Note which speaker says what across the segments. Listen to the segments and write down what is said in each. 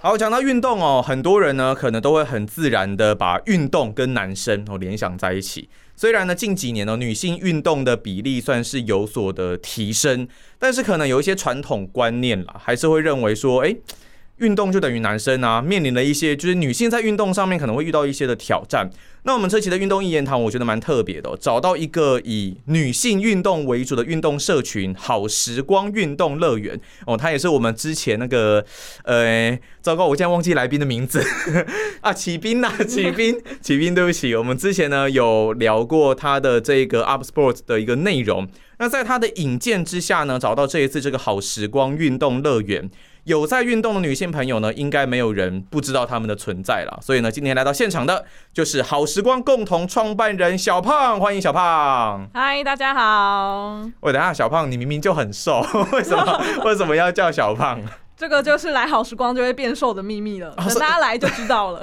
Speaker 1: 好，讲到运动哦，很多人呢可能都会很自然的把运动跟男生哦联想在一起。虽然呢近几年呢女性运动的比例算是有所的提升，但是可能有一些传统观念啦，还是会认为说，哎、运动就等于男生啊，面临了一些就是女性在运动上面可能会遇到一些的挑战。那我们这期的运动一言堂，我觉得蛮特别的、哦，找到一个以女性运动为主的运动社群——好时光运动乐园哦，它也是我们之前那个，呃，糟糕，我竟然忘记来宾的名字 啊，启斌呐、启斌，启斌，对不起，我们之前呢有聊过他的这个 Up Sports 的一个内容。那在他的引荐之下呢，找到这一次这个好时光运动乐园。有在运动的女性朋友呢，应该没有人不知道他们的存在了。所以呢，今天来到现场的就是好时光共同创办人小胖，欢迎小胖。
Speaker 2: 嗨，大家好，
Speaker 1: 喂，等一下，小胖，你明明就很瘦，为什么为什么要叫小胖？
Speaker 2: 这个就是来好时光就会变瘦的秘密了，等大家来就知道了。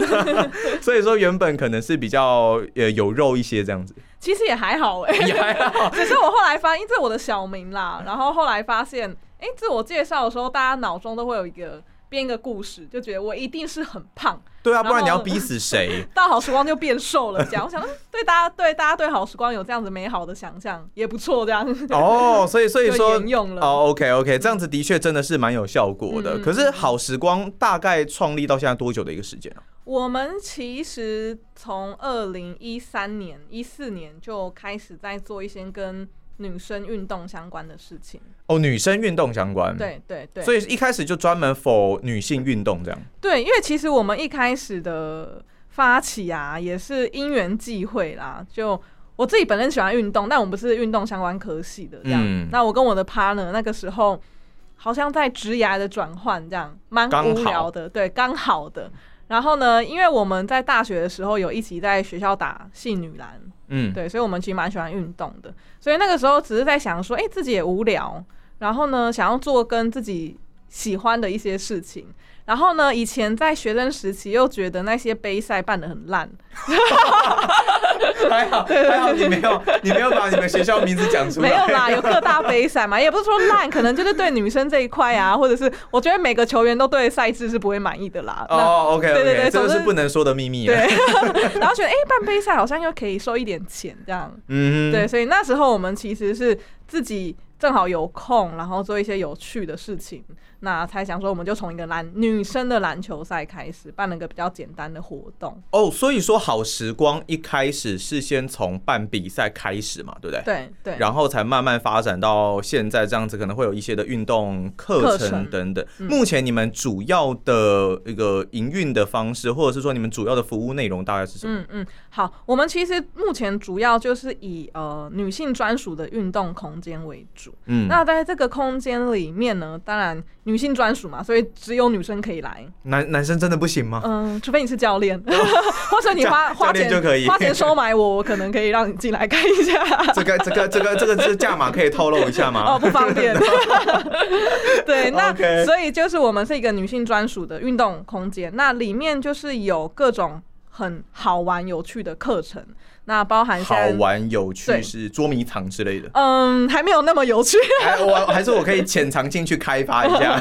Speaker 1: 所以说原本可能是比较呃有肉一些这样子，
Speaker 2: 其实也还好哎、
Speaker 1: 也还好。
Speaker 2: 只是我后来发现，因为这是我的小名啦，然后后来发现，哎、自我介绍的时候，大家脑中都会有一个编一个故事，就觉得我一定是很胖，
Speaker 1: 对啊，
Speaker 2: 然
Speaker 1: 不然你要
Speaker 2: 后
Speaker 1: 逼死谁？
Speaker 2: 到好时光就变瘦了。这样，我想，嗯对大家对大家对好时光有这样子美好的想象，也不错。这样，
Speaker 1: 哦，所以所以
Speaker 2: 就
Speaker 1: 说
Speaker 2: 沿用了
Speaker 1: 哦，OK OK，这样子的确真的是蛮有效果的。
Speaker 2: 嗯嗯
Speaker 1: 可是好时光大概创立到现在多久的一个时间啊？
Speaker 2: 我们其实从二零一三年、一四年就开始在做一些跟女生运动相关的事情。
Speaker 1: 哦，女生运动相关，，
Speaker 2: 对对对，
Speaker 1: 嗯所以一开始就专门 for 女性运动这样。
Speaker 2: 对，因为其实我们一开始的发起啊，也是因缘际会啦。就我自己本身喜欢运动，但我们不是运动相关科系的，这样。
Speaker 1: 嗯
Speaker 2: 那我跟我的 partner 那个时候好像在职涯的转换，这样蛮
Speaker 1: 刚
Speaker 2: 无
Speaker 1: 好
Speaker 2: 聊的，对，刚好的。然后呢，因为我们在大学的时候有一起在学校打系女篮，
Speaker 1: 嗯，
Speaker 2: 对，所以我们其实蛮喜欢运动的。所以那个时候只是在想说，哎、自己也无聊，然后呢，想要做跟自己喜欢的一些事情。然后呢，以前在学生时期又觉得那些杯赛办得很烂，
Speaker 1: 还好还好，你没有你没有把你们学校名字讲出来，
Speaker 2: 没有啦，有各大杯赛嘛，也不是说烂，可能就是对女生这一块啊，或者是我觉得每个球员都对赛制是不会满意的啦。那
Speaker 1: 哦，OK
Speaker 2: 对对
Speaker 1: OK，
Speaker 2: 对
Speaker 1: 这个
Speaker 2: 总
Speaker 1: 是
Speaker 2: 之
Speaker 1: 不能说的秘密。啊
Speaker 2: 对，然后觉得哎、诶办杯赛好像又可以收一点钱这样，
Speaker 1: 嗯，
Speaker 2: 对，，所以那时候我们其实是自己正好有空，然后做一些有趣的事情，那才想说我们就从一个篮女生的篮球赛开始，办了个比较简单的活动。
Speaker 1: 哦，所以说好时光一开始是先从办比赛开始嘛，对不对？
Speaker 2: 对对，
Speaker 1: 然后才慢慢发展到现在这样子，可能会有一些的运动课
Speaker 2: 课
Speaker 1: 程
Speaker 2: 程嗯
Speaker 1: 等等。目前你们主要的一个营运的方式，或者是说你们主要的服务内容大概是什么？
Speaker 2: 嗯嗯，好，我们其实目前主要就是以呃女性专属的运动空间为主。
Speaker 1: 嗯，
Speaker 2: 那在这个空间里面呢，当然女性专属嘛，所以只有女生可以来。
Speaker 1: 男男生真的不行吗？
Speaker 2: 嗯，除非你是教练， 或者你花
Speaker 1: 教
Speaker 2: 花
Speaker 1: 教练
Speaker 2: 钱
Speaker 1: 就可以
Speaker 2: 花钱收买我，我可能可以让你进来看一下。
Speaker 1: 这个这个这个这个这个价码可以透露一下
Speaker 2: 哦，
Speaker 1: 吗？
Speaker 2: 不 方便。对，那
Speaker 1: 啊 OK
Speaker 2: 所以就是我们是一个女性专属的运动空间，那里面就是有各种很好玩有趣的课程，那包含
Speaker 1: 好
Speaker 2: 像
Speaker 1: 玩有趣
Speaker 2: 对，
Speaker 1: 是捉迷藏之类的
Speaker 2: 嗯，还没有那么有趣。
Speaker 1: 哎，我还是我可以潜藏进去开发一 下。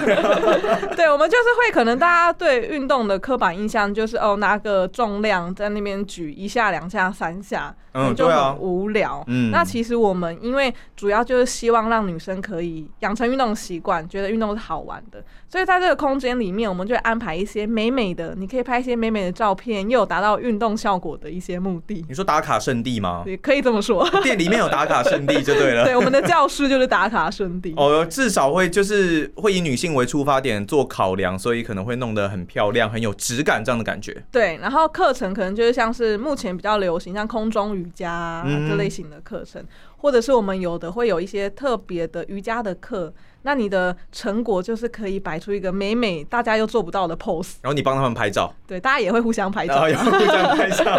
Speaker 2: 对，我们就是会可能大家对运动的刻板印象就是哦，拿个重量在那边举一下、两下、三下，
Speaker 1: 嗯
Speaker 2: 就
Speaker 1: 对啊
Speaker 2: 很无聊。
Speaker 1: 嗯
Speaker 2: 那其实我们因为主要就是希望让女生可以养成运动习惯，觉得运动是好玩的，所以在这个空间里面，我们就会安排一些美美的，你可以拍一些美美的照片，又有达到运动效果的一些目的，
Speaker 1: 你说打卡圣地吗？
Speaker 2: 也可以这么说。
Speaker 1: 店里面有打卡圣地就对了。
Speaker 2: 对，我们的教师就是打卡圣地。
Speaker 1: 哦，至少会就是会以女性为出发点做考量，所以可能会弄得很漂亮、很有质感这样的感觉。
Speaker 2: 对，然后课程可能就是像是目前比较流行，像空中瑜伽、啊
Speaker 1: 嗯
Speaker 2: 这类型的课程，或者是我们有的会有一些特别的瑜伽的课。那你的成果就是可以摆出一个美美大家又做不到的 pose，
Speaker 1: 然后你帮他们拍照，
Speaker 2: 哎对，大家也会互相拍
Speaker 1: 然
Speaker 2: 照
Speaker 1: 后。又互相拍 照。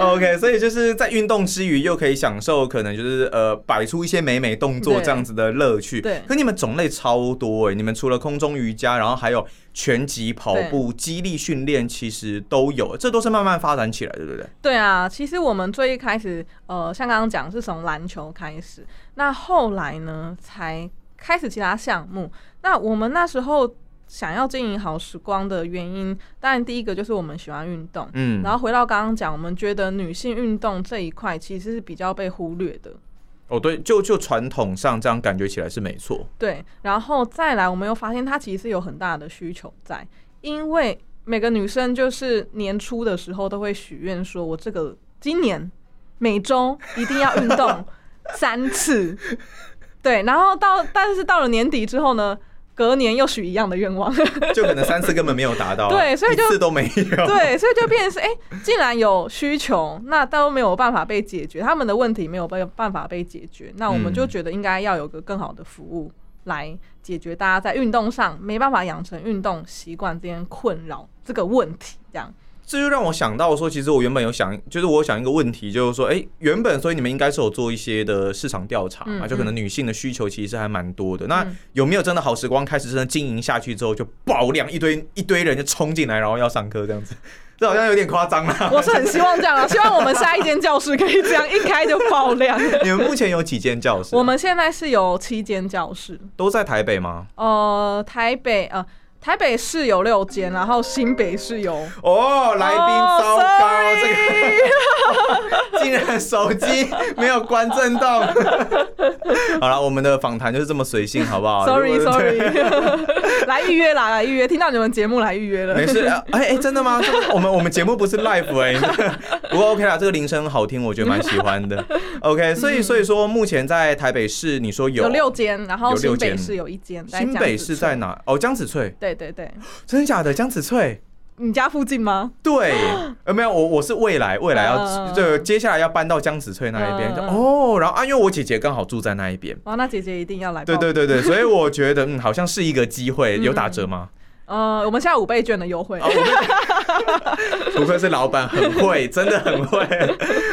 Speaker 1: OK，所以哦就是在运动之余，又可以享受可能就是呃摆出一些美美动作
Speaker 2: 对
Speaker 1: 这样子的乐趣。
Speaker 2: 对
Speaker 1: 可你们种类超多哎、你们除了空中瑜伽，然后还有拳击、跑步、肌力训练，其实都有，这都是慢慢发展起来的，对不对？
Speaker 2: 对啊，其实我们最一开始，呃，像刚刚讲是从篮球开始，那后来呢才开始其他项目。那我们那时候想要经营好时光的原因，当然第一个就是我们喜欢运动。
Speaker 1: 嗯，
Speaker 2: 然后回到刚刚讲，我们觉得女性运动这一块其实是比较被忽略的，
Speaker 1: 哦对，就就传统上这样感觉起来是没错，
Speaker 2: 对。然后再来，我们又发现它其实有很大的需求在，因为每个女生就是年初的时候都会许愿，说我这个今年每周一定要运动三次，对。然后到但是到了年底之后呢，隔年又许一样的愿望，
Speaker 1: 就可能三次根本没有达到，啊
Speaker 2: 对所以就
Speaker 1: 一次都没有，
Speaker 2: 对，所以就变成是，哎、既然有需求，那都没有办法被解决，他们的问题没有被办法被解决，那我们就
Speaker 1: 嗯
Speaker 2: 觉得应该要有个更好的服务来解决大家在运动上没办法养成运动习惯这件困扰这个问题，这样。
Speaker 1: 这就让我想到说，其实我原本有想，就是我有想一个问题，就是说，哎、原本所以你们应该是有做一些的市场调查嘛，
Speaker 2: 嗯
Speaker 1: 就可能女性的需求其实还蛮多的。那
Speaker 2: 嗯
Speaker 1: 有没有真的好时光开始真的经营下去之后，就爆量一堆一堆人就冲进来，然后要上课这样子？这好像有点夸张啦。
Speaker 2: 我是很希望这样啊，希望我们下一间教室可以这样一开就爆量。
Speaker 1: 你们目前有几间教室？啊
Speaker 2: 我们现在是有七间教室，
Speaker 1: 都在台北吗？
Speaker 2: 呃，台北呃。台北市有六间，然后新北市有，
Speaker 1: 哦，来宾糟
Speaker 2: 哦
Speaker 1: 糕
Speaker 2: sorry
Speaker 1: 这个竟然手机没有关震动。 好了，我们的访谈就是这么随性，好不好
Speaker 2: Sorry
Speaker 1: 如果
Speaker 2: Sorry，来 预约啦，来预约，听到你们节目来预约 了。
Speaker 1: 没事，啊哎、哎、真的吗？这个我们我们节目不是 live 哎、不过 OK 啦，这个铃声好听，我觉得蛮喜欢 的。OK，所以所以说，目前在台北市，你说有
Speaker 2: 嗯有六间，然后
Speaker 1: 有六
Speaker 2: 新
Speaker 1: 间
Speaker 2: 北市有一间，在
Speaker 1: 新北市在
Speaker 2: 江子
Speaker 1: 哪？哦，江子翠
Speaker 2: 翠？，对对对，
Speaker 1: 真的假的？江子翠。
Speaker 2: 你家附近吗？
Speaker 1: 对，呃，没有，我我是未来，未来要
Speaker 2: 嗯
Speaker 1: 就接下来要搬到江子翠那一边
Speaker 2: 嗯
Speaker 1: 就
Speaker 2: 嗯
Speaker 1: 哦，然后啊，因为我姐姐刚好住在那一边，
Speaker 2: 哇，哦那姐姐一定要 来。
Speaker 1: 对对，对对，所以我觉得嗯，好像是一个机会，有打折吗？
Speaker 2: 呃，我们现在五倍券的优惠
Speaker 1: 哦，，不愧是老板，很会，真的很会。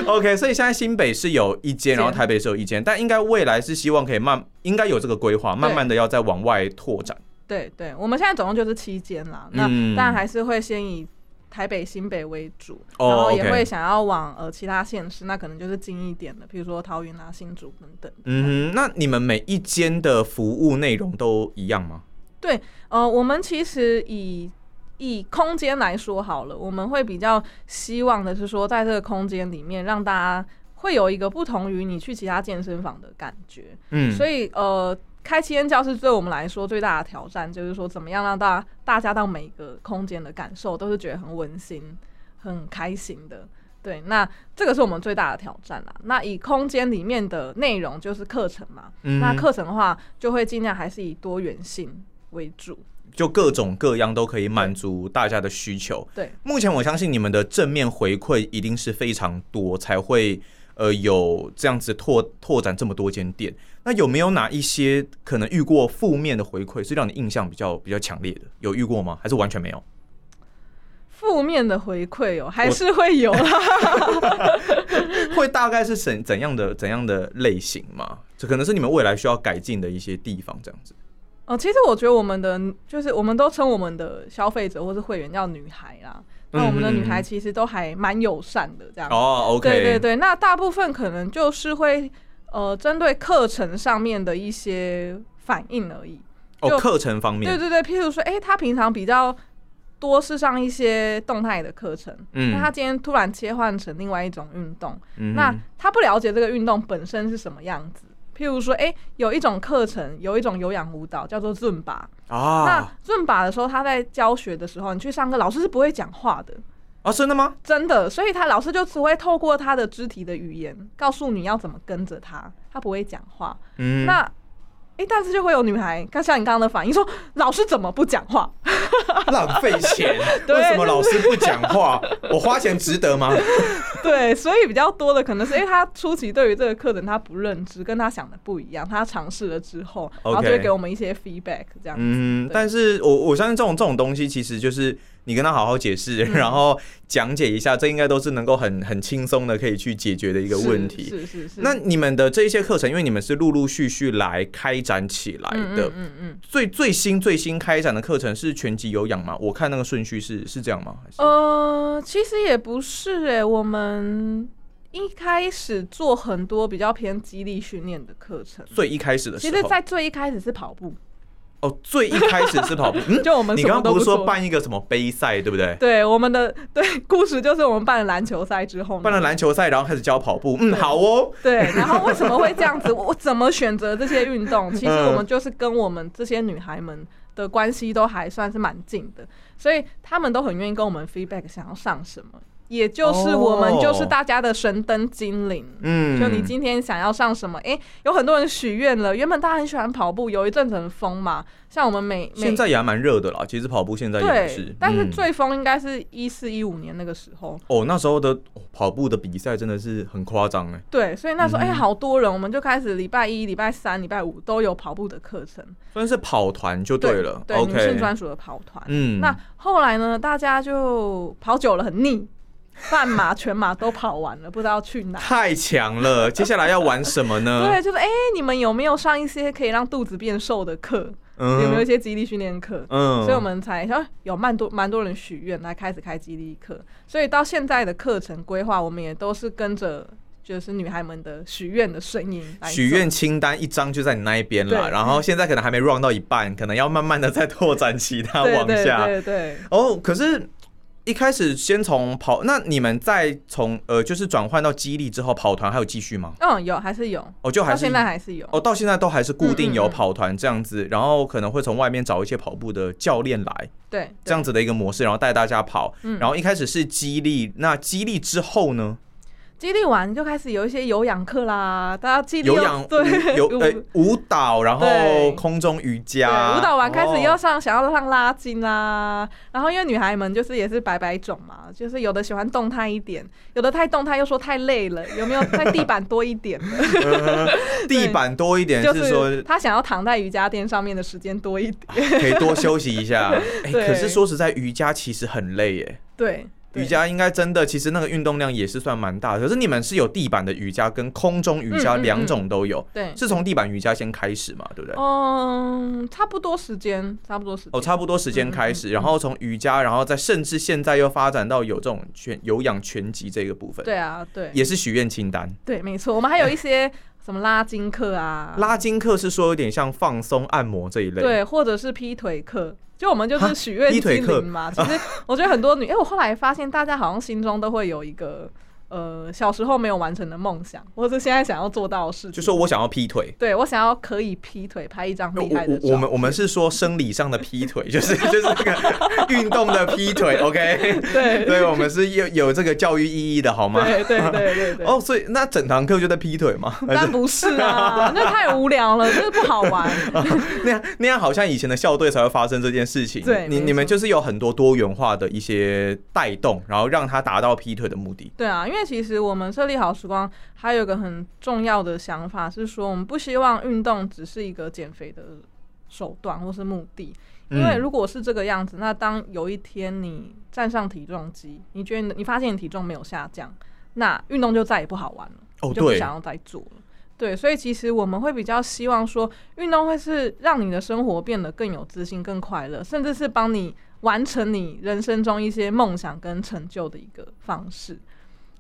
Speaker 1: OK，所以现在新北是有一间，然后
Speaker 2: 间
Speaker 1: 台北是有一间，但应该未来是希望可以慢，应该有这个规划，慢慢的要再往外拓展。
Speaker 2: 对对，我们现在总共就是七间啦。那
Speaker 1: 嗯
Speaker 2: 但还是会先以台北、新北为主，
Speaker 1: 哦
Speaker 2: 然后也
Speaker 1: OK
Speaker 2: 会想要往呃其他县市，那可能就是近一点的，比如说桃园啊、新竹等等。
Speaker 1: 嗯哼，那你们每一间的服务内容都一样吗？
Speaker 2: 对，呃，我们其实以以空间来说好了，我们会比较希望的是说，在这个空间里面，让大家会有一个不同于你去其他健身房的感觉。
Speaker 1: 嗯，
Speaker 2: 所以，呃，开七间教室对我们来说最大的挑战就是说，怎么样让大家大家到每个空间的感受都是觉得很温馨、很开心的。对，那这个是我们最大的挑战啦。那以空间里面的内容就是课程嘛，
Speaker 1: 嗯
Speaker 2: 那
Speaker 1: 哼
Speaker 2: 课程的话就会尽量还是以多元性为主。
Speaker 1: 就各种各样都可以满足大家的需求。
Speaker 2: 对，
Speaker 1: 目前我相信你们的正面回馈一定是非常多，才会呃有这样子拓拓展这么多间店。那有没有哪一些可能遇过负面的回馈，是让你印象比较比较强烈的？有遇过吗？还是完全没有？
Speaker 2: 负面的回馈哦，还是会有啦。
Speaker 1: 会大概是怎怎样的怎样的类型吗？这可能是你们未来需要改进的一些地方，这样子。
Speaker 2: 哦，其实我觉得我们的就是我们都称我们的消费者或是会员叫女孩啦。
Speaker 1: 嗯
Speaker 2: 那我们的女孩其实都还蛮友善的，这样。
Speaker 1: 哦，OK，
Speaker 2: 啊对对对，那大部分可能就是会呃针对课程上面的一些反应而已。
Speaker 1: 哦，
Speaker 2: 就
Speaker 1: 课程方面，
Speaker 2: 对对对，譬如说，哎、他平常比较多是上一些动态的课程，
Speaker 1: 嗯
Speaker 2: 那他今天突然切换成另外一种运动，
Speaker 1: 嗯哼
Speaker 2: 那他不了解这个运动本身是什么样子。譬如说，哎、有一种课程，有一种有氧舞蹈叫做 Zumba。那
Speaker 1: 啊
Speaker 2: Zumba 的时候，他在教学的时候，你去上课，老师是不会讲话的，
Speaker 1: 啊，真的吗？
Speaker 2: 真的。所以他老师就只会透过他的肢体的语言，告诉你要怎么跟着他，他不会讲话。
Speaker 1: 嗯，
Speaker 2: 那，哎、但是就会有女孩，刚像你刚刚的反应说，老师怎么不讲话？
Speaker 1: 浪费钱，
Speaker 2: 对
Speaker 1: 为什么老师不讲话？我花钱值得吗？
Speaker 2: 对，所以比较多的可能是因为他初期对于这个课程他不认知，跟他想的不一样，他尝试了之后，然后就
Speaker 1: OK
Speaker 2: 会给我们一些 feedback 这样子。
Speaker 1: 嗯，
Speaker 2: 对
Speaker 1: 但是我我相信这种这种东西，其实就是你跟他好好解释，
Speaker 2: 嗯
Speaker 1: 然后讲解一下，这应该都是能够很很轻松的可以去解决的一个问题。
Speaker 2: 是是是嗯是。
Speaker 1: 那你们的这一些课程，因为你们是陆陆续续来开展起来
Speaker 2: 嗯
Speaker 1: 的，
Speaker 2: 嗯嗯嗯。
Speaker 1: 最最新最新开展的课程是拳击有氧吗？我看那个顺序是是这样吗？还是
Speaker 2: 呃，其实也不是诶、我们一开始做很多比较偏激励训练的课程。
Speaker 1: 最一开始的时
Speaker 2: 其
Speaker 1: 候，
Speaker 2: 实，在最一开始是跑步，
Speaker 1: 哦，最一开始是 跑步，嗯，
Speaker 2: 就我们
Speaker 1: 你
Speaker 2: 什么
Speaker 1: 刚
Speaker 2: 都
Speaker 1: 刚不是
Speaker 2: 做。
Speaker 1: 说办一个什么杯赛，对不对？
Speaker 2: 对我们的对故事就是我们办了篮球赛之后呢，
Speaker 1: 办了篮球赛，然后开始教跑步，嗯，好哦，
Speaker 2: 对，然后为什么会这样子？我我怎么选择这些运动？其实
Speaker 1: 嗯
Speaker 2: 我们就是跟我们这些女孩们的关系都还算是蛮近的，所以她们都很愿意跟我们 feedback 想要上什么，也就是我们就是
Speaker 1: 哦
Speaker 2: 大家的神灯精灵。
Speaker 1: 嗯，
Speaker 2: 就你今天想要上什么？诶、有很多人许愿了。原本大家很喜欢跑步，有一阵子很疯嘛。像我们每每
Speaker 1: 现在也还蛮热的啦，其实跑步现在也
Speaker 2: 对
Speaker 1: 是，，
Speaker 2: 但是
Speaker 1: 嗯
Speaker 2: 最疯应该是一四一五年那个时候。
Speaker 1: 哦那时候的哦跑步的比赛真的是很夸张哎，
Speaker 2: 对，所以那时候哎、好多人，我们就开始礼拜一、礼拜三、礼拜五都有跑步的课程。
Speaker 1: 算是跑团就对了
Speaker 2: 对女性
Speaker 1: ，OK，
Speaker 2: 专属的跑团。
Speaker 1: 嗯，
Speaker 2: 那后来呢，大家就跑久了很腻，半马、全马都跑完了，不知道去哪。
Speaker 1: 太强了， 接下来要玩什么呢？
Speaker 2: 对，就是哎、你们有没有上一些可以让肚子变瘦的课？有没有一
Speaker 1: 嗯
Speaker 2: 些肌力训练课？
Speaker 1: 嗯
Speaker 2: 所以我们才像有蛮多蛮多人许愿来开始开肌力课，所以到现在的课程规划，我们也都是跟着就是女孩们的许愿的声音来
Speaker 1: 许
Speaker 2: 做
Speaker 1: 愿清单一张就在你那一边了，
Speaker 2: 对
Speaker 1: 然后现在可能还没 run 到一半，可能要慢慢的再拓展其他往下。
Speaker 2: 对对对对
Speaker 1: 哦，可是。一开始先从跑，那你们再从呃，就是转换到激励之后，跑团还有继续吗？
Speaker 2: 嗯，有还是有，
Speaker 1: 哦，就还
Speaker 2: 到
Speaker 1: 是
Speaker 2: 现在还是有。
Speaker 1: 哦，到现在都还是固定
Speaker 2: 嗯
Speaker 1: 有
Speaker 2: 嗯嗯
Speaker 1: 跑团这样子，然后可能会从外面找一些跑步的教练来
Speaker 2: 对，
Speaker 1: 这样子的一个模式，然后带大家跑。
Speaker 2: 嗯
Speaker 1: 然后一开始是激励，那激励之后呢？
Speaker 2: 激励完就开始有一些有氧课啦，大家激励
Speaker 1: 有
Speaker 2: 又
Speaker 1: 氧
Speaker 2: 对
Speaker 1: 有
Speaker 2: 舞
Speaker 1: 呃舞蹈，然后
Speaker 2: 对
Speaker 1: 空中瑜
Speaker 2: 对
Speaker 1: 伽，
Speaker 2: 舞蹈完开始
Speaker 1: 哦
Speaker 2: 要上、想要上拉筋啦，然后因为女孩们就是也是百百种嘛，就是有的喜欢动态一点，有的太动态又说太累了，有没有在地板多 一点的？
Speaker 1: 地板多一点，
Speaker 2: 就是
Speaker 1: 说
Speaker 2: 是她想要躺在瑜伽垫上面的时间多一点。
Speaker 1: 可以多休息一 下。哎，
Speaker 2: 对
Speaker 1: 可是说实在，瑜伽其实很累耶。
Speaker 2: 对，对
Speaker 1: 瑜伽应该真的，其实那个运动量也是算蛮大的。可是你们是有地板的瑜伽跟空中瑜伽
Speaker 2: 嗯嗯嗯嗯
Speaker 1: 两种都有，
Speaker 2: 对，
Speaker 1: 是从地板瑜伽先开始嘛，对不对？
Speaker 2: 嗯，差不多时间，差不多时间。
Speaker 1: 哦，差不多时
Speaker 2: 嗯
Speaker 1: 间开始，然后从瑜伽，然后再甚至现在又发展到有这种拳有氧拳击这个部分，
Speaker 2: 对啊，对，
Speaker 1: 也是许愿清单。
Speaker 2: 对，没错，我们还有一些什么拉筋课啊，
Speaker 1: 拉筋课是说有点像放松按摩这一类，，
Speaker 2: 对，或者是劈腿课，就我们就是许愿
Speaker 1: 劈腿
Speaker 2: 精
Speaker 1: 课
Speaker 2: 灵 嘛。其实我觉得很多女，哎、我后来发现大家好像心中都会有一个呃小时候没有完成的梦想，或者是现在想要做到的事情。
Speaker 1: 就说我想要劈腿。
Speaker 2: 对我想要可以劈腿，拍一张
Speaker 1: 我
Speaker 2: 厉害的照
Speaker 1: 我我们我们是说生理上的劈腿，就是就是这 个运动的劈腿，OK？
Speaker 2: 对对
Speaker 1: 对，我们是有有这个教育意义的，好吗？
Speaker 2: 对对对 对。
Speaker 1: 哦，所以那整堂课就在劈腿吗？还是
Speaker 2: 但不是啊， 那太无聊了，就是不好玩。
Speaker 1: 那样那样好像以前的校队才会发生这件事情。
Speaker 2: 对
Speaker 1: 你
Speaker 2: 没
Speaker 1: 你们
Speaker 2: 错
Speaker 1: 就是有很多多元化的一些带动，然后让他达到劈腿的目的。
Speaker 2: 对啊，因为其实我们设立好时光，还有一个很重要的想法是说，我们不希望运动只是一个减肥的手段或是目的。因为
Speaker 1: 嗯
Speaker 2: 如果是这个样子，那当有一天你站上体重机，你觉得你的你发现你体重没有下降，那运动就再也不好玩了，
Speaker 1: 哦
Speaker 2: 你就不
Speaker 1: 对
Speaker 2: 想要再做了。对，所以其实我们会比较希望说，运动会是让你的生活变得更有自信、更快乐，甚至是帮你完成你人生中一些梦想跟成就的一个方式。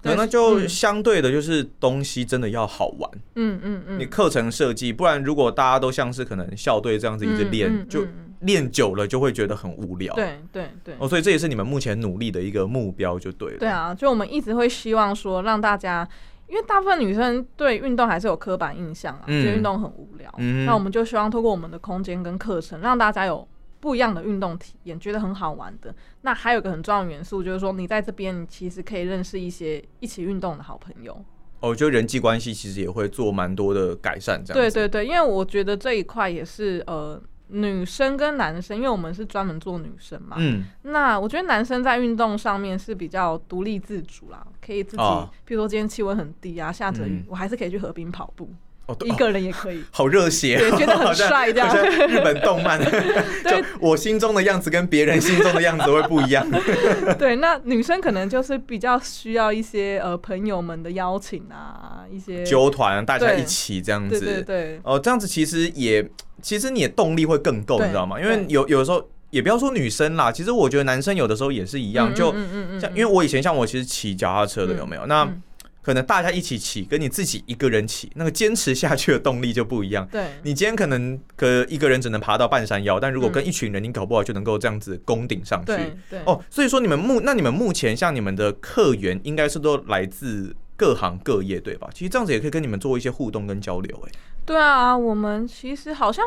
Speaker 1: 那
Speaker 2: 对
Speaker 1: 那就
Speaker 2: 嗯
Speaker 1: 相对的，就是东西真的要好玩。
Speaker 2: 嗯嗯嗯，
Speaker 1: 你课程设计，不然如果大家都像是可能校队这样子一直
Speaker 2: 嗯
Speaker 1: 练，
Speaker 2: 嗯
Speaker 1: 就
Speaker 2: 嗯嗯
Speaker 1: 练久了就会觉得很无聊。，
Speaker 2: 对对对。
Speaker 1: 哦，所以这也是你们目前努力的一个目标，就对了。
Speaker 2: 对啊，就我们一直会希望说让大家，因为大部分女生对运动还是有刻板印象啊，
Speaker 1: 嗯
Speaker 2: 觉得运动很无聊。
Speaker 1: 嗯
Speaker 2: 那我们就希望透过我们的空间跟课程，让大家有不一样的运动体验，觉得很好玩的。那还有一个很重要的元素，就是说你在这边，你其实可以认识一些一起运动的好朋友。
Speaker 1: 哦，就人际关系其实也会做蛮多的改善，这样
Speaker 2: 对
Speaker 1: 子。
Speaker 2: 对对，因为我觉得这一块也是呃。女生跟男生，因为我们是专门做女生嘛，
Speaker 1: 嗯，
Speaker 2: 那我觉得男生在运动上面是比较独立自主啦，可以自己，比、
Speaker 1: 哦
Speaker 2: 如说今天气温很低啊，下着雨，
Speaker 1: 嗯
Speaker 2: 我还是可以去河边跑步，
Speaker 1: 哦，对
Speaker 2: 一个人也可 以。
Speaker 1: 好热血哦，
Speaker 2: 对觉得 很
Speaker 1: 好像
Speaker 2: 帅这样
Speaker 1: 好像日本动漫，就我心中的样子跟别人心中的样子会不一样。
Speaker 2: 对，那女生可能就是比较需要一些呃朋友们的邀请啊，一些
Speaker 1: 纠团，大家
Speaker 2: 对
Speaker 1: 一起这样
Speaker 2: 对对
Speaker 1: 子。
Speaker 2: 对
Speaker 1: 哦，这样子其实也，其实你的动力会更够，
Speaker 2: 对
Speaker 1: 你知道吗？因为
Speaker 2: 对
Speaker 1: 有有时候也不要说女生啦，其实我觉得男生有的时候也是一样，就
Speaker 2: 嗯嗯嗯嗯嗯
Speaker 1: 像因为我以前像我其实骑脚踏车的，
Speaker 2: 嗯
Speaker 1: 有没有？那
Speaker 2: 嗯
Speaker 1: 可能大家一起骑，跟你自己一个人骑，那个坚持下去的动力就不一样。
Speaker 2: 对，
Speaker 1: 你今天可能可一个人只能爬到半山腰，但如果跟一群人，你搞不好就能够这样子攻顶上去。
Speaker 2: 嗯对，对，
Speaker 1: 哦，所以说你们目那你们目前像你们的客源应该是都来自各行各业对吧？其实这样子也可以跟你们做一些互动跟交流、哎，
Speaker 2: 对啊，我们其实好像，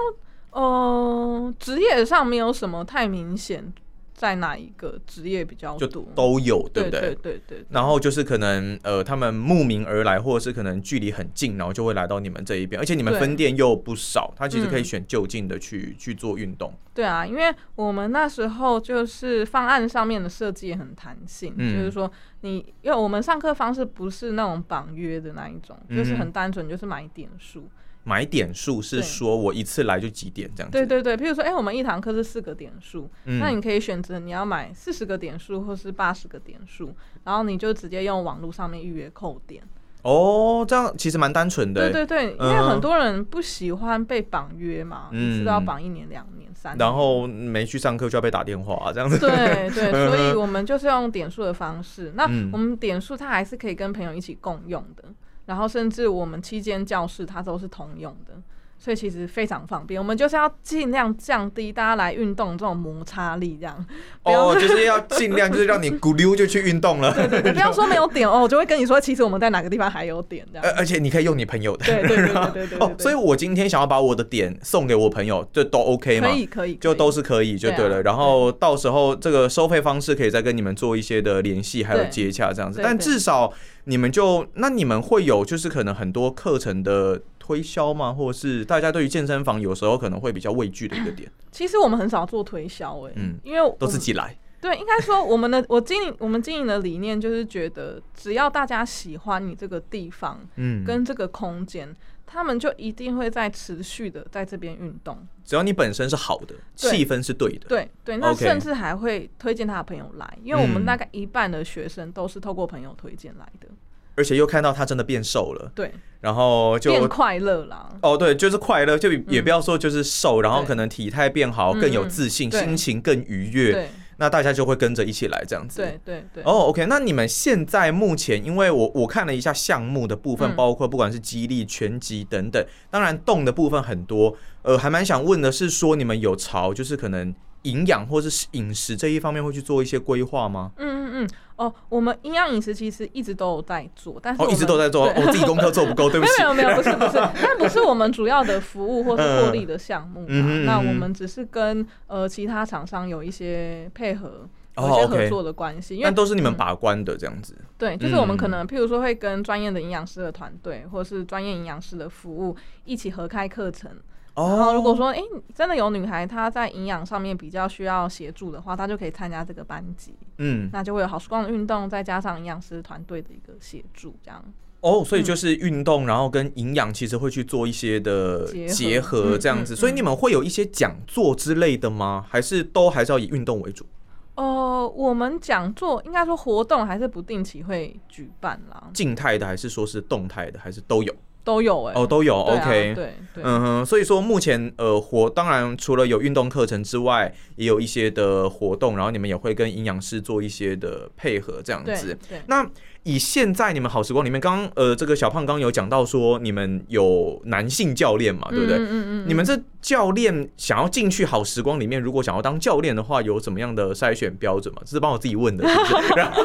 Speaker 2: 呃，职业上没有什么太明显，在哪一个职业比较
Speaker 1: 就
Speaker 2: 多，
Speaker 1: 都有，对
Speaker 2: 对
Speaker 1: 不对？
Speaker 2: 对对对
Speaker 1: 然后就是可能呃，他们慕名而来，或者是可能距离很近，然后就会来到你们这一边，而且你们
Speaker 2: 对
Speaker 1: 分店又不少，他其实可以
Speaker 2: 嗯
Speaker 1: 选就近的去、去做运动。
Speaker 2: 对啊，因为我们那时候就是方案上面的设计也很弹性，
Speaker 1: 嗯
Speaker 2: 就是说你，因为我们上课方式不是那种绑约的那一种，就是
Speaker 1: 嗯
Speaker 2: 很单纯，就是买点数。
Speaker 1: 买点数是
Speaker 2: 对
Speaker 1: 说我一次来就几点这样子，
Speaker 2: 对对对，譬如说，哎、我们一堂课是四个点数，
Speaker 1: 嗯
Speaker 2: 那你可以选择你要买四十个点数或是八十个点数，然后你就直接用网络上面预约扣点。
Speaker 1: 哦，这样其实蛮单纯的、
Speaker 2: 对对对，因为很多人不喜欢被绑约嘛，
Speaker 1: 嗯
Speaker 2: 你知道绑一年、两年、三年。
Speaker 1: 然后没去上课就要被打电话、啊这样子。
Speaker 2: 对 对，
Speaker 1: 嗯
Speaker 2: 所以我们就是用点数的方式。那
Speaker 1: 嗯
Speaker 2: 我们点数它还是可以跟朋友一起共用的，然后甚至我们期间教室它都是通用的，所以其实非常方便。我们就是要尽量降低大家来运动这种摩擦力，这样。不要
Speaker 1: 哦，就是要尽量就是让你咕溜就去运动了，
Speaker 2: 对对，不要说没有点哦，我就会跟你说，其实我们在哪个地方还有点这
Speaker 1: 而
Speaker 2: 样。
Speaker 1: 而且你可以用你朋友的。
Speaker 2: 对对对对 对对
Speaker 1: 哦
Speaker 2: 对，
Speaker 1: 所以
Speaker 2: 对，
Speaker 1: 我今天想要把我的点送给我朋友，这都 OK 吗？
Speaker 2: 可以可以，
Speaker 1: 就
Speaker 2: 可以
Speaker 1: 都是可以就对了。
Speaker 2: 对啊
Speaker 1: 然后到时候这个收费方式可以再跟你们做一些的联系，还有
Speaker 2: 对
Speaker 1: 接洽这样子。
Speaker 2: 对
Speaker 1: 但
Speaker 2: 对
Speaker 1: 至少你们就那你们会有就是可能很多课程的推销吗？或者是大家对于健身房有时候可能会比较畏惧的一个点，
Speaker 2: 其实我们很少做推销哎、
Speaker 1: 嗯
Speaker 2: 因为我
Speaker 1: 都自
Speaker 2: 们
Speaker 1: 己来。
Speaker 2: 对，应该说我们的我经营我们经营的理念就是觉得，只要大家喜欢你这个地方
Speaker 1: 嗯，
Speaker 2: 跟这个空间，他们就一定会在持续的在这边运动。
Speaker 1: 只要你本身是好的，
Speaker 2: 对
Speaker 1: 气氛是对的。
Speaker 2: 对对，那
Speaker 1: OK
Speaker 2: 甚至还会推荐他的朋友来，因为我
Speaker 1: 嗯
Speaker 2: 们大概一半的学生都是透过朋友推荐来的。
Speaker 1: 而且又看到他真的变瘦了，
Speaker 2: 对，
Speaker 1: 然后
Speaker 2: 变
Speaker 1: 就。
Speaker 2: 快乐啦。
Speaker 1: 哦，对，就是快乐，就也不要说就是瘦，然后
Speaker 2: 对
Speaker 1: 可能体态变好，更有
Speaker 2: 嗯嗯
Speaker 1: 自信，
Speaker 2: 对
Speaker 1: 心情更愉悦，
Speaker 2: 对
Speaker 1: 那大家就会跟着一起来这样子。
Speaker 2: 对对对。
Speaker 1: 哦、o k 那你们现在目前，因为我我看了一下项目的部分，
Speaker 2: 嗯
Speaker 1: 包括不管是激励、拳击等等，当然动的部分很多。呃，还蛮想问的是，说你们有朝就是可能营养或是饮食这一方面会去做一些规划吗？
Speaker 2: 嗯嗯嗯，哦，我们营养饮食其实一直都有在做，但是
Speaker 1: 哦，
Speaker 2: 嗯我
Speaker 1: 一直
Speaker 2: 们
Speaker 1: 都在做，
Speaker 2: 对
Speaker 1: 我、自己功课做不够，对不
Speaker 2: 没
Speaker 1: 起。
Speaker 2: 有没有没有，不 是不是，但不是我们主要的服务或是获利的项目、啊
Speaker 1: 嗯哼嗯哼
Speaker 2: 那我们只是跟呃其他厂商有一些配合，有一
Speaker 1: 哦
Speaker 2: 些
Speaker 1: ，OK
Speaker 2: 合作的关系，因为
Speaker 1: 但都是你们把关的这样子。
Speaker 2: 对，就是我们可
Speaker 1: 嗯
Speaker 2: 能譬如说会跟专业的营养师的团队，或者是专业营养师的服务一起合开课程。然
Speaker 1: 哦，
Speaker 2: 后如果说哎、诶真的有女孩她在营养上面比较需要协助的话，她就可以参加这个班级，
Speaker 1: 嗯，
Speaker 2: 那就会有好时光的运动，再加上营养师团队的一个协助，这样。
Speaker 1: 哦，所以
Speaker 2: 嗯
Speaker 1: 就是运动，然后跟营养其实会去做一些的
Speaker 2: 结合
Speaker 1: 结合
Speaker 2: 嗯
Speaker 1: 这样子。
Speaker 2: 嗯
Speaker 1: 所以你们会有一些讲座之类的吗？还是都还是要以运动为主？
Speaker 2: 呃，我们讲座应该说活动还是不定期会举办啦，
Speaker 1: 静态的还是说是动态的，还是都有？
Speaker 2: 都有哎、
Speaker 1: 哦，都有
Speaker 2: 对啊
Speaker 1: ，OK。
Speaker 2: 对对，
Speaker 1: 嗯哼，所以说目前呃活，当然除了有运动课程之外，也有一些的活动，然后你们也会跟营养师做一些的配合这样
Speaker 2: 对
Speaker 1: 子。
Speaker 2: 对，
Speaker 1: 那以现在你们好时光里面，刚刚呃这个小胖刚有讲到说你们有男性教练嘛，对不对？
Speaker 2: 嗯嗯嗯，
Speaker 1: 你们这教练想要进去好时光里面，如果想要当教练的话，有怎么样的筛选标准吗？这是帮我自己问的，是 不是？然后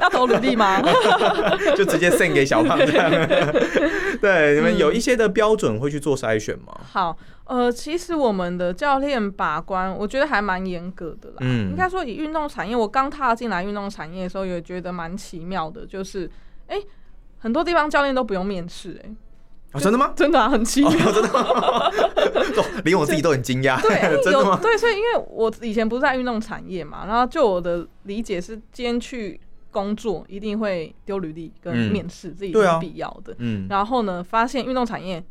Speaker 2: 要嗯投履 历吗？
Speaker 1: 就直接 send 给小胖这 样。对，你们有一些的标准会去做筛选吗？
Speaker 2: 好，呃，其实我们的教练把关，我觉得还蛮严格的啦。
Speaker 1: 嗯
Speaker 2: 应该说以运动产业，我刚踏进来运动产业的时候，也觉得蛮奇妙的，就是哎、诶很多地方教练都不用面试，哎，
Speaker 1: 啊，真的 吗？
Speaker 2: 真的、啊、很奇妙。
Speaker 1: 哦连我自己都很惊讶
Speaker 2: 对，因 为，
Speaker 1: 真的
Speaker 2: 有
Speaker 1: 吗？
Speaker 2: 哎对，所以因为我以前不是在运动产业嘛，然后就我的理解是，今天去工作一定会丢履历跟
Speaker 1: 嗯
Speaker 2: 面试，这一定
Speaker 1: 对啊
Speaker 2: 是必要的。
Speaker 1: 嗯，
Speaker 2: 然后呢，发现运动产业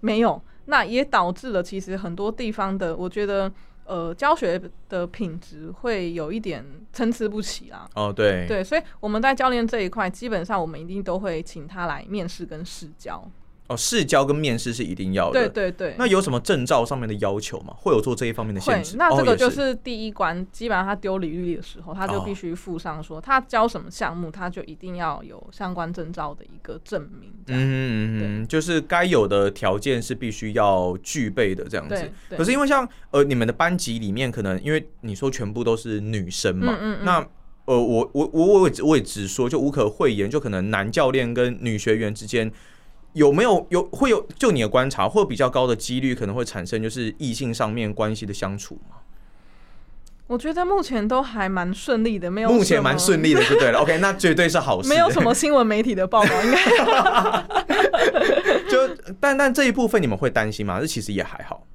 Speaker 2: 没有，那也导致了其实很多地方的，我觉得呃教学的品质会有一点参差不齐啦。
Speaker 1: 哦，对，
Speaker 2: 对，所以我们在教练这一块，基本上我们一定都会请他来面试跟试教。
Speaker 1: 哦，试教跟面试是一定要的。
Speaker 2: 对对对，
Speaker 1: 那有什么证照上面的要求吗？会有做这一方面的
Speaker 2: 会
Speaker 1: 限制？，
Speaker 2: 那
Speaker 1: 哦
Speaker 2: 这个
Speaker 1: 也
Speaker 2: 就是是第一关，基本上他丢履历的时候，他就
Speaker 1: 哦
Speaker 2: 必须附上说他教什么项目，他就一定要有相关证照的一个证明。这
Speaker 1: 嗯
Speaker 2: 样，
Speaker 1: 嗯嗯嗯，就是该有的条件是必须要具备的这样子
Speaker 2: 对。对
Speaker 1: 可嗯是因为像呃你们的班级里面，可能因为你说全部都是女生嘛，
Speaker 2: 嗯嗯嗯
Speaker 1: 那呃我我我我也只我也直说，就无可讳言，就可能男教练跟女学员之间。有没有有会有？就你的观察，会有比较高的几率可能会产生就是异性上面关系的相处吗？
Speaker 2: 我觉得目前都还蛮顺利的，没有
Speaker 1: 目
Speaker 2: 什
Speaker 1: 前
Speaker 2: 么
Speaker 1: 蛮顺利的，就对了。OK，那绝对是好事。
Speaker 2: 没有什么新闻媒体的报道，应该
Speaker 1: 就但但这一部分你们会担心吗？这其实也还好。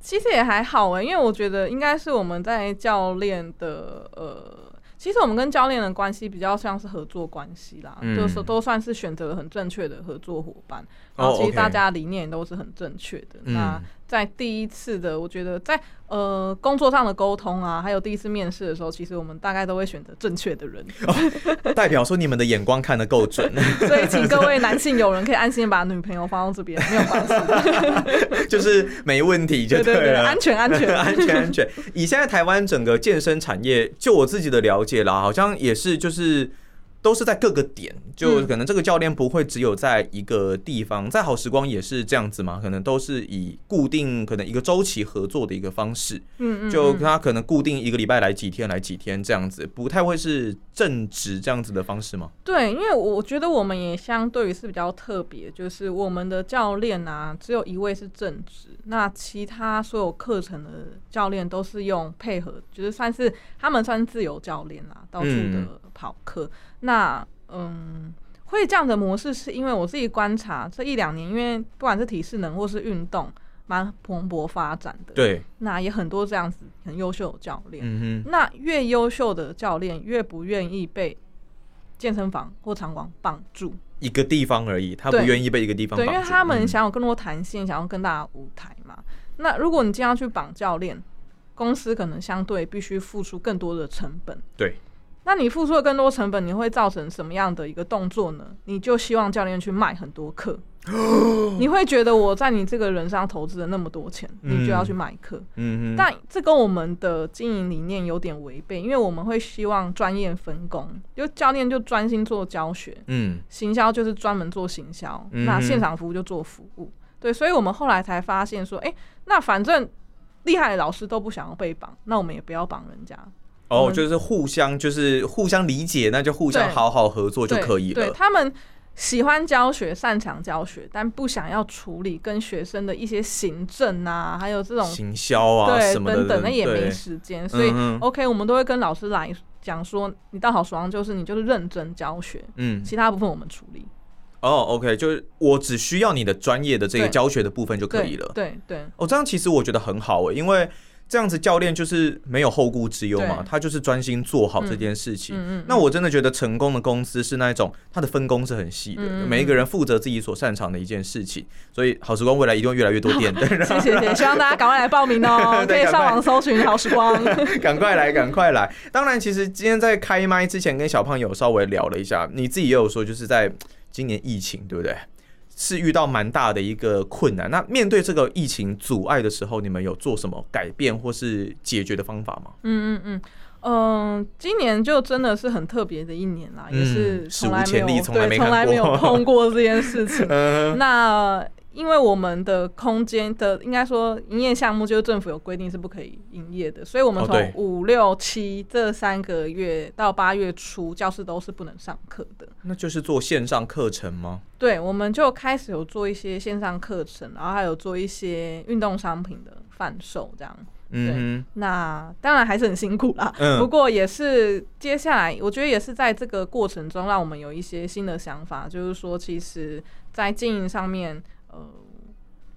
Speaker 2: 其实也还好哎、因为我觉得应该是我们在教练的呃，其实我们跟教练的关系比较像是合作关系啦，
Speaker 1: 嗯
Speaker 2: 就是说都算是选择了很正确的合作伙伴，
Speaker 1: 哦
Speaker 2: 然后其实
Speaker 1: OK
Speaker 2: 大家理念都是很正确的。
Speaker 1: 嗯
Speaker 2: 那在第一次的，我觉得在呃工作上的沟通啊，还有第一次面试的时候，其实我们大概都会选择正确的 人，
Speaker 1: 代表说你们的眼光看得够 准，
Speaker 2: 所以请各位男性友人可以安心地把女朋友放到这边，没有关系，
Speaker 1: 就是没问题 就
Speaker 2: 对对对，
Speaker 1: 了
Speaker 2: 安。全安全。
Speaker 1: 安全安 全。以现在台湾整个健身产业，就我自己的了解啦，好像也是就是都是在各个点，就
Speaker 2: 嗯
Speaker 1: 可能这个教练不会只有在一个地方，在好时光也是这样子嘛，可能都是以固定可能一个周期合作的一个方式。
Speaker 2: 嗯嗯，
Speaker 1: 就
Speaker 2: 嗯
Speaker 1: 他可能固定一个礼拜来几天，来几天这样子，不太会是正职这样子的方式吗？
Speaker 2: 对，因为我觉得我们也相对于是比较特别，就是我们的教练啊，只有一位是正职，那其他所有课程的教练都是用配合，就是算是他们算是自由教练啦，到处
Speaker 1: 嗯
Speaker 2: 的跑课。那嗯，会这样的模式，是因为我自己观察这一两年，因为不管是体适能或是运动，蛮蓬勃发展的。，
Speaker 1: 对，
Speaker 2: 那也很多这样子很优秀的教练。
Speaker 1: 嗯哼，
Speaker 2: 那越优秀的教练越不愿意被健身房或场馆绑住，
Speaker 1: 一个地方而已，他不
Speaker 2: 对
Speaker 1: 愿意被一个地方
Speaker 2: 对，因
Speaker 1: 绑
Speaker 2: 为
Speaker 1: 住
Speaker 2: 他们
Speaker 1: 嗯
Speaker 2: 想要更多弹性，想要更大的舞台嘛。那如果你今天要去绑教练，公司可能相对必须付出更多的成本。
Speaker 1: 对，
Speaker 2: 那你付出的更多成本，你会造成什么样的一个动作呢？你就希望教练去卖很 多课，你会觉得我在你这个人上投资了那么多钱，你就要去买课。
Speaker 1: 嗯哼，
Speaker 2: 但这跟我们的经营理念有点违背，因为我们会希望专业分工，就教练就专心做教学，
Speaker 1: 嗯
Speaker 2: 行销就是专门做行销，
Speaker 1: 嗯哼
Speaker 2: 那现场服务就做服务。对，所以我们后来才发现说，诶，那反正厉害的老师都不想要被绑，那我们也不要绑人家，我
Speaker 1: 哦，
Speaker 2: 们
Speaker 1: 就是互相就是互相理解，那就互相
Speaker 2: 对
Speaker 1: 好好合作就
Speaker 2: 对
Speaker 1: 可以
Speaker 2: 对
Speaker 1: 了。
Speaker 2: 他们喜欢教学，擅长教学，但不想要处理跟学生的一些行政啊，还有这种
Speaker 1: 行销啊
Speaker 2: 对
Speaker 1: 什么的，
Speaker 2: 等等，那也
Speaker 1: 对
Speaker 2: 没时间，所以
Speaker 1: 嗯哼
Speaker 2: OK，我们都会跟老师来讲说，你到好时光就是你就是认真教学，
Speaker 1: 嗯，
Speaker 2: 其他部分我们处理
Speaker 1: 哦，OK，就是我只需要你的专业的这个
Speaker 2: 对
Speaker 1: 教学的部分就可
Speaker 2: 对
Speaker 1: 以了。
Speaker 2: 对 对
Speaker 1: 哦，这样其实我觉得很好欸诶、因为这样子教练就是没有后顾之忧嘛，
Speaker 2: 对
Speaker 1: 他就是专心做好这件事情。
Speaker 2: 嗯嗯嗯
Speaker 1: 那我真的觉得成功的公司是那一种它的分工是很细的，
Speaker 2: 嗯嗯嗯
Speaker 1: 每一个人负责自己所擅长的一件事情。所以好时光未来一定会越来越多店的，，
Speaker 2: 谢谢谢谢，希望大家赶快来报名哦可
Speaker 1: 对
Speaker 2: 以上网搜寻好时 光。嗯
Speaker 1: 赶快来，赶快来！当然，其实今天在开麦之前跟小胖有稍微聊了一下，你自己也有说，就是在今年疫情，对不对？是遇到蛮大的一个困难。那面对这个疫情阻碍的时候，你们有做什么改变或是解决的方法吗？
Speaker 2: 嗯嗯嗯。嗯，今年就真的是很特别的一年啦，
Speaker 1: 嗯
Speaker 2: 也是
Speaker 1: 史
Speaker 2: 从
Speaker 1: 无
Speaker 2: 来没
Speaker 1: 前
Speaker 2: 有
Speaker 1: 例
Speaker 2: 对，
Speaker 1: 从来没
Speaker 2: 从来没有
Speaker 1: 看过
Speaker 2: 碰过这件事情。
Speaker 1: 嗯，
Speaker 2: 那因为我们的空间的应该说营业项目，就是政府有规定是不可以营业的，所以我们
Speaker 1: 哦
Speaker 2: 从
Speaker 1: 对
Speaker 2: 五六七这三个月到八月初，教室都是不能上课的。
Speaker 1: 那就是做线上课程吗？
Speaker 2: 对，我们就开始有做一些线上课程，然后还有做一些运动商品的贩售，这样。
Speaker 1: 嗯
Speaker 2: 那当然还是很辛苦啦，
Speaker 1: 嗯
Speaker 2: 不过也是接下来，我觉得也是在这个过程中，让我们有一些新的想法，就是说，其实，在经营上面，呃，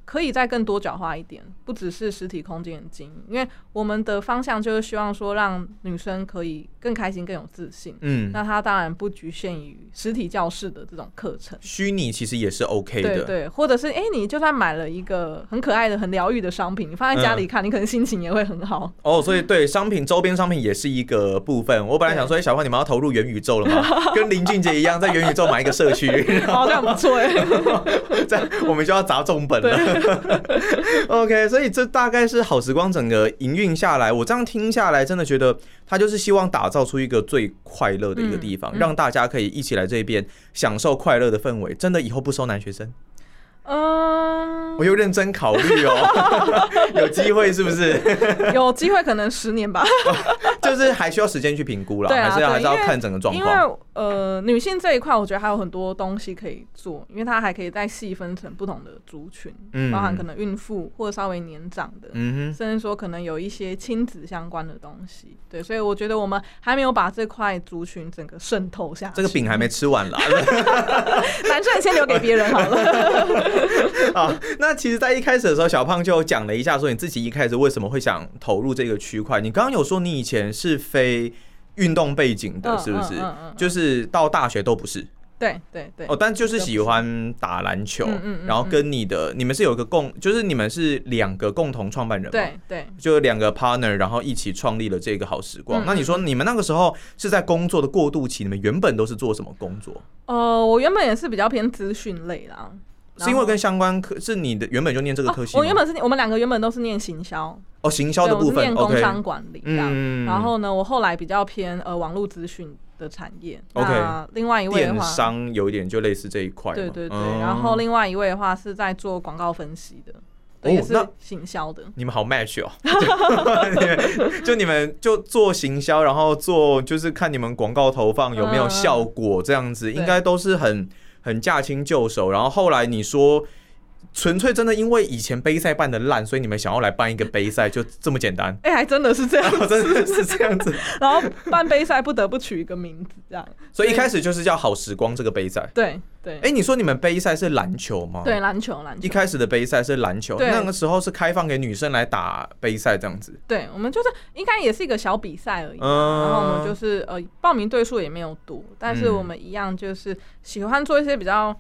Speaker 2: 可以再更多角化一点，不只是实体空间的经营，因为我们的方向就是希望说让女生可以更开心、更有自信。
Speaker 1: 嗯，
Speaker 2: 那它当然不局限于实体教室的这种课程，
Speaker 1: 虚拟其实也是 OK 的。
Speaker 2: 对对，或者是诶，你就算买了一个很可爱的、很疗愈的商品，你放
Speaker 1: 嗯
Speaker 2: 在家里看，你可能心情也会很好。
Speaker 1: 哦，所以对商品周边商品也是一个部分。我本来想说，哎小花你们要投入元宇宙了 吗？跟林俊杰一样，在元宇宙买一个社区，
Speaker 2: 好像不错诶。
Speaker 1: 这样我们就要砸重本了。OK，所以 这大概是好时光整个营运下来，我这样听下来，真的觉得他就是希望打造出一个最快乐的一个地方，
Speaker 2: 嗯嗯
Speaker 1: 让大家可以一起来这边享受快乐的氛围。真的以后不收男学生，
Speaker 2: 嗯，
Speaker 1: 我又认真考虑哦， 有机会是不是？
Speaker 2: 有机会可能十年吧。
Speaker 1: 就是还需要时间去评估啦，
Speaker 2: 对啊
Speaker 1: 还是要
Speaker 2: 对
Speaker 1: 还是要
Speaker 2: 因为
Speaker 1: 看整个状
Speaker 2: 因
Speaker 1: 况。
Speaker 2: 为呃，女性这一块，我觉得还有很多东西可以做，因为它还可以再细分成不同的族群，
Speaker 1: 嗯
Speaker 2: 包含可能孕妇或者稍微年长的，
Speaker 1: 嗯哼。
Speaker 2: 甚至说可能有一些亲子相关的东西。对，所以我觉得我们还没有把这块族群整个渗透下去。
Speaker 1: 这个饼还没吃完啦
Speaker 2: 男生你先留给别人好 了。
Speaker 1: 啊！那其实，在一开始的时候，小胖就讲了一下，说你自己一开始为什么会想投入这个区块。你刚刚有说你以前是非运动背景的，
Speaker 2: 嗯
Speaker 1: 是不是
Speaker 2: 嗯嗯嗯？嗯
Speaker 1: 就是到大学都不是
Speaker 2: 对对对，
Speaker 1: 哦，但就是喜欢打篮球
Speaker 2: 嗯嗯，嗯
Speaker 1: 然后跟你的你们是有一个共，就是你们是两个共同创办人嘛，
Speaker 2: 对对。
Speaker 1: 就两个 partner，然后一起创立了这个好时光
Speaker 2: 嗯。
Speaker 1: 那你说你们那个时候是在工作的过渡期，你们原本都是做什么工作？
Speaker 2: 呃，我原本也是比较偏资讯类啦，
Speaker 1: 是因为跟相关科是你的原本就念这个科系吗？
Speaker 2: 哦我原本是我们两个原本都是念行销，
Speaker 1: 哦，行销的
Speaker 2: 对，我
Speaker 1: 部
Speaker 2: 是
Speaker 1: 分
Speaker 2: 念工
Speaker 1: ，OK，
Speaker 2: 商管理这样。
Speaker 1: 嗯
Speaker 2: 然后呢，我后来比较偏呃网络资讯的产业。
Speaker 1: OK
Speaker 2: 那另外一位的
Speaker 1: 电
Speaker 2: 话，
Speaker 1: 商有一点就类似这一块嘛，
Speaker 2: 对对对。
Speaker 1: 嗯
Speaker 2: 然后另外一位的话是在做广告分析的，对，
Speaker 1: 哦
Speaker 2: 也是
Speaker 1: 那
Speaker 2: 行销的。
Speaker 1: 你们好 match 哦， 就你们就你们就做行销，然后做就是看你们广告投放有没有效果，这样子、
Speaker 2: 对。
Speaker 1: 应该都是很很驾轻就熟。然后后来你说。纯粹真的因为以前杯赛办的烂，所以你们想要来办一个杯赛，就这么简单
Speaker 2: 哎、还真的是这样。
Speaker 1: 真的是这样子，
Speaker 2: 然后办杯赛不得不取一个名字，这样。
Speaker 1: 所以一开始就是叫好时光这个杯赛。
Speaker 2: 对对、
Speaker 1: 哎、你说你们杯赛是篮球吗？
Speaker 2: 对，篮球篮
Speaker 1: 一
Speaker 2: 球。
Speaker 1: 开始的杯赛是篮球，
Speaker 2: 对
Speaker 1: 那个时候是开放给女生来打杯赛这样子。
Speaker 2: 对，我们就是应该也是一个小比赛而已。
Speaker 1: 嗯，
Speaker 2: 然后我们就是呃，报名对数也没有多，但是
Speaker 1: 嗯
Speaker 2: 我们一样就是喜欢做一些比较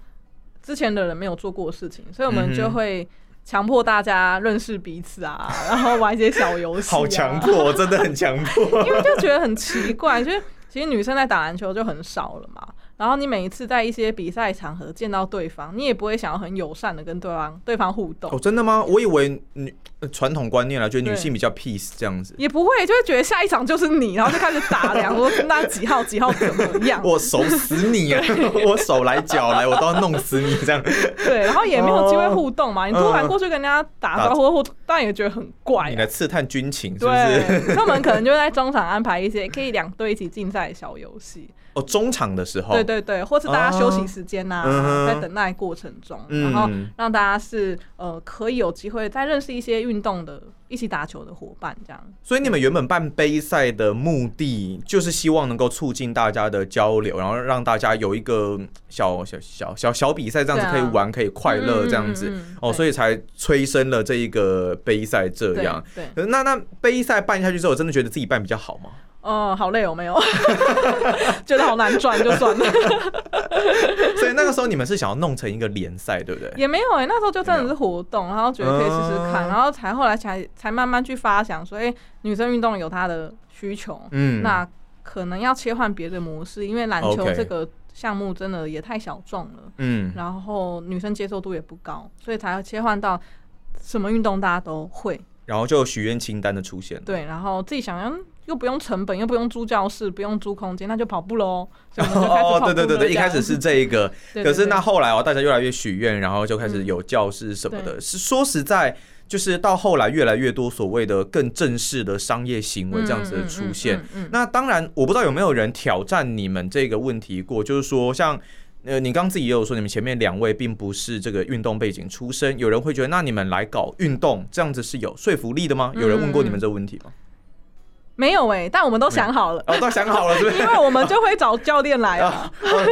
Speaker 2: 之前的人没有做过的事情，所以我
Speaker 1: 嗯
Speaker 2: 们
Speaker 1: 哼
Speaker 2: 就会强迫大家认识彼此啊， 然后玩一些小游戏、啊。
Speaker 1: 嗯好强迫，真的很强迫。
Speaker 2: 因为就觉得很奇怪，就是其实女生在打篮球就很少了嘛。然后你每一次在一些比赛场合见到对方，你也不会想要很友善的跟对方对方互动，
Speaker 1: 哦，真的吗？我以为女呃传统观念啦，觉得女
Speaker 2: 对
Speaker 1: 性比较 peace 这样子。
Speaker 2: 也不会就会觉得下一场就是你，然后就开始打量说那几号几号怎么样，
Speaker 1: 我手死你 啊！我手来脚来，我都要弄死你这样。
Speaker 2: 对，然后也没有机会互动嘛。你突
Speaker 1: 嗯
Speaker 2: 然过去跟人家打招呼，或当然也觉得很怪
Speaker 1: 你
Speaker 2: 啊、
Speaker 1: 来刺探军情是不是？
Speaker 2: 对，所以我们可能就在中场安排一些可以两队一起竞赛的小游戏，
Speaker 1: 哦，中场的时候，
Speaker 2: 对对对，或是大家休息时间呐、
Speaker 1: 嗯哼
Speaker 2: 在等待过程中，
Speaker 1: 嗯
Speaker 2: 然后让大家是呃可以有机会再认识一些运动的、一起打球的伙伴，这样。
Speaker 1: 所以你们原本办杯赛的目的，就是希望能够促进大家的交流，然后让大家有一个小小小小小比赛，这样子
Speaker 2: 对啊
Speaker 1: 可以玩，可以快乐
Speaker 2: 嗯
Speaker 1: 这样子。
Speaker 2: 嗯嗯嗯
Speaker 1: 哦，
Speaker 2: 对
Speaker 1: 所以才催生了这一个杯赛这样。
Speaker 2: 对，对
Speaker 1: 可是那那杯赛办下去之后，真的觉得自己办比较好 吗？
Speaker 2: 嗯、好累哦，没有， 觉得好难赚，就算了，
Speaker 1: 所以那个时候你们是想要弄成一个联赛，对不 对？
Speaker 2: 也没有哎、那时候就真的是活动，然后觉得可以试试看，
Speaker 1: 欸嗯
Speaker 2: 然后才后来才才慢慢去发想说，哎、女生运动有她的需求，
Speaker 1: 嗯，
Speaker 2: 那可能要切换别的模式，因为篮球
Speaker 1: OK
Speaker 2: 这个项目真的也太小众了。
Speaker 1: 嗯，
Speaker 2: 然后女生接受度也不高，所以才要切换到什么运动大家都会。
Speaker 1: 然后就有许愿清单的出现了。
Speaker 2: 对，然后自己想要嗯又不用成本，又不用租教室，不用租空间，那就跑步喽。所以我们就开始跑
Speaker 1: 哦，
Speaker 2: 步
Speaker 1: 对对对对，
Speaker 2: 了
Speaker 1: 一开始是这一个，
Speaker 2: 这样对
Speaker 1: 可
Speaker 2: 对
Speaker 1: 是
Speaker 2: 对
Speaker 1: 那后来哦，大家越来越许愿，然后就开始有教室什么的。是说实在，就是到后来越来越多所谓的更正式的商业行为这样子的出现。，
Speaker 2: 嗯嗯嗯嗯嗯
Speaker 1: 那当然，我不知道有没有人挑战你们这个问题过，就是说像。呃，你刚刚自己也有说，你们前面两位并不是这个运动背景出身，有人会觉得，那你们来搞运动这样子是有说服力的吗？有人问过你们这个问题吗？
Speaker 2: 没有哎、但我们都想好了，
Speaker 1: 哦，都想好了是不
Speaker 2: 因
Speaker 1: 是？
Speaker 2: 为我们就会找教练来 啊。
Speaker 1: 啊，呃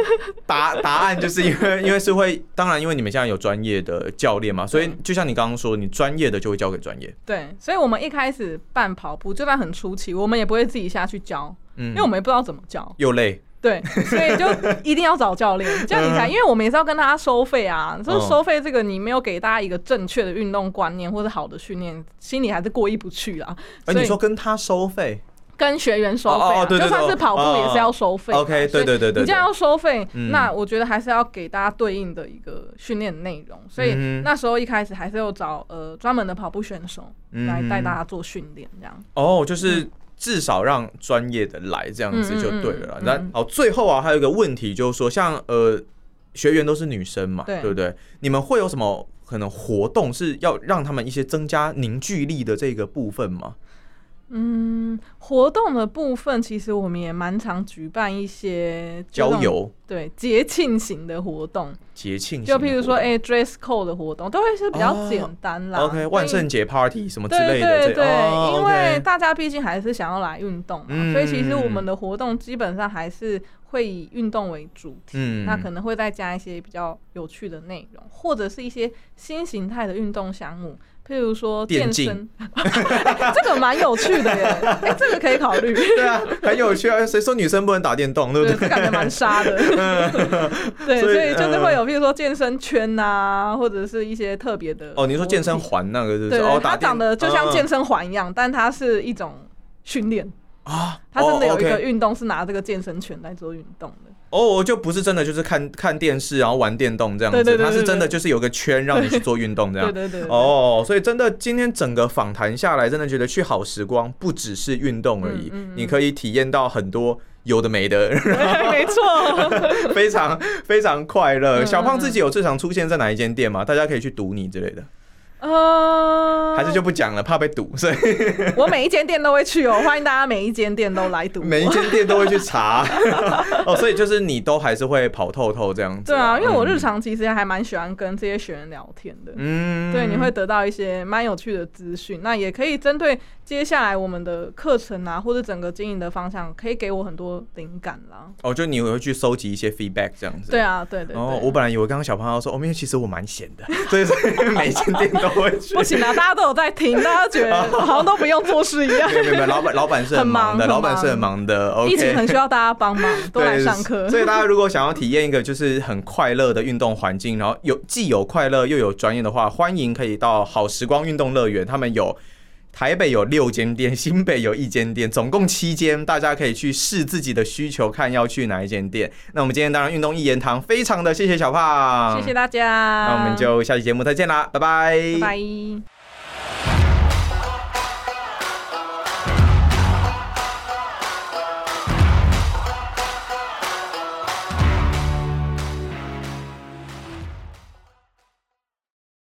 Speaker 1: 答答案就是因为因为是会，当然因为你们现在有专业的教练嘛，所
Speaker 2: 嗯
Speaker 1: 以就像你刚刚说，你专业的就会交给专业，
Speaker 2: 对，所以我们一开始办跑步，就算很初期，我们也不会自己下去教，
Speaker 1: 嗯
Speaker 2: 因为我们也不知道怎么教。
Speaker 1: 又累，
Speaker 2: 对，所以就一定要找教练，这样你才，因为我们也是要跟大家收费啊。所以收费这个，你没有给大家一个正确的运动观念或者好的训练，心里还是过意不去啊。
Speaker 1: 而
Speaker 2: 所
Speaker 1: 哎你
Speaker 2: 以
Speaker 1: 说跟他收费，
Speaker 2: 跟学员收费、
Speaker 1: 哦
Speaker 2: 啊，
Speaker 1: 哦对对
Speaker 2: 就算
Speaker 1: 对
Speaker 2: 是跑步也是要收费嘛、
Speaker 1: 哦
Speaker 2: 啊
Speaker 1: 哦，OK，
Speaker 2: 所以
Speaker 1: 对对对对
Speaker 2: 你既然要收费，
Speaker 1: 嗯
Speaker 2: 那我觉得还是要给大家对应的一个训练内容。所以
Speaker 1: 嗯哼
Speaker 2: 那时候一开始还是有找呃专门的跑步选手
Speaker 1: 嗯
Speaker 2: 来带大家做训练，这样。
Speaker 1: 哦，就是至少让专业的来这样子就对了啦
Speaker 2: 嗯嗯嗯。嗯
Speaker 1: 那、
Speaker 2: 嗯
Speaker 1: 好，最后啊，还有一个问题就是说，像呃，学员都是女生嘛，
Speaker 2: 对
Speaker 1: 不对？你们会有什么可能活动是要让他们一些增加凝聚力的这个部分吗？
Speaker 2: 嗯，活动的部分其实我们也蛮常举办一些这
Speaker 1: 郊
Speaker 2: 种
Speaker 1: 游、
Speaker 2: 对节庆型的活动，
Speaker 1: 节庆型的
Speaker 2: 就
Speaker 1: 活动，
Speaker 2: 譬如说哎、dress code 的活动，都会是比较
Speaker 1: 哦
Speaker 2: 简单啦。所以
Speaker 1: ，OK，万圣节 party 什么啊之
Speaker 2: 对
Speaker 1: 类的，
Speaker 2: 对
Speaker 1: 这
Speaker 2: 对，
Speaker 1: 哦
Speaker 2: 因为
Speaker 1: OK
Speaker 2: 大家毕竟还是想要来运动嘛，
Speaker 1: 嗯
Speaker 2: 所以其实我们的活动基本上还是会以运动为主题，
Speaker 1: 嗯
Speaker 2: 那可能会再加一些比较有趣的内容，或者是一些新形态的运动项目。譬如说
Speaker 1: 电竞
Speaker 2: 健身， 哎这个蛮有趣 的耶，哎、这个可以考虑，
Speaker 1: 对啊，很有趣啊！谁说女生不能打电动，对不
Speaker 2: 对，
Speaker 1: 对？
Speaker 2: 这感觉蛮 杀的，对，
Speaker 1: 嗯所以
Speaker 2: 所以就是
Speaker 1: 嗯
Speaker 2: 会有，譬如说健身圈呐、或者是一些特别的
Speaker 1: 哦，你说健身
Speaker 2: 活动
Speaker 1: 环那个是不
Speaker 2: 对
Speaker 1: 是？
Speaker 2: 对，
Speaker 1: 哦，打
Speaker 2: 它
Speaker 1: 电
Speaker 2: 长得就像
Speaker 1: 嗯
Speaker 2: 健身环一样，但它是一种训练，
Speaker 1: 啊，
Speaker 2: 它真的
Speaker 1: 哦
Speaker 2: 有一
Speaker 1: ，OK
Speaker 2: 个运动是拿这个健身拳来做运动的。
Speaker 1: 哦，我就不是真的就是看看电视然后玩电动这样子，
Speaker 2: 对对对
Speaker 1: 它是真的
Speaker 2: 对对
Speaker 1: 就是有个圈让你去做运动这样。
Speaker 2: 对对对，对，
Speaker 1: 哦，所以真的今天整个访谈下来，真的觉得去好时光不只是运动而已，
Speaker 2: 嗯嗯嗯
Speaker 1: 你可以体验到很多有的没的，
Speaker 2: 对 没错，
Speaker 1: 非常非常快乐。
Speaker 2: 嗯
Speaker 1: 小胖自己有最常出现在哪一间店吗？大家可以去堵你之类
Speaker 2: 嗯
Speaker 1: 的，
Speaker 2: 呃，
Speaker 1: 还是就不讲了，怕被堵，所以
Speaker 2: 我每一间店都会去哦，欢迎大家每一间店都来读。
Speaker 1: 每一间店都会去 查。哦，所以就是你都还是会跑透透这样子。
Speaker 2: 对啊，因为我日
Speaker 1: 嗯
Speaker 2: 常其实还蛮喜欢跟这些学员聊天的。
Speaker 1: 嗯
Speaker 2: 对，你会得到一些蛮有趣的资讯，那也可以针对接下来我们的课程啊，或者整个经营的方向，可以给我很多灵感啦。
Speaker 1: 哦，就你会去收集一些 feedback 这样子。
Speaker 2: 对啊，对对对。
Speaker 1: 然后我本来以为刚刚小朋友说，哦，因为其实我蛮闲的，所以所以每间店都会去。
Speaker 2: 不行啊，大家都有在听，大家觉得好像都不用做事 一样
Speaker 1: 没。有没有没有，老板老板是很
Speaker 2: 很忙
Speaker 1: 忙的，
Speaker 2: 很
Speaker 1: 老板
Speaker 2: 忙
Speaker 1: 是很忙的。OK，
Speaker 2: 疫情很需要大家帮忙，都来
Speaker 1: 对，
Speaker 2: 上课。
Speaker 1: 所以大家如果想要体验一个就是很快乐的运动环境，然后有既有快乐又有专业的话，欢迎可以到好时光运动乐园，他们有。台北有六间店， 新北有一间店，总共七间，大家可以去试自己的需求，看要去哪一间店。那我们今天当然运动一言堂，非常的谢谢小胖，
Speaker 2: 谢谢大家，
Speaker 1: 那我们就下期节目再见啦，拜拜，
Speaker 2: 拜拜。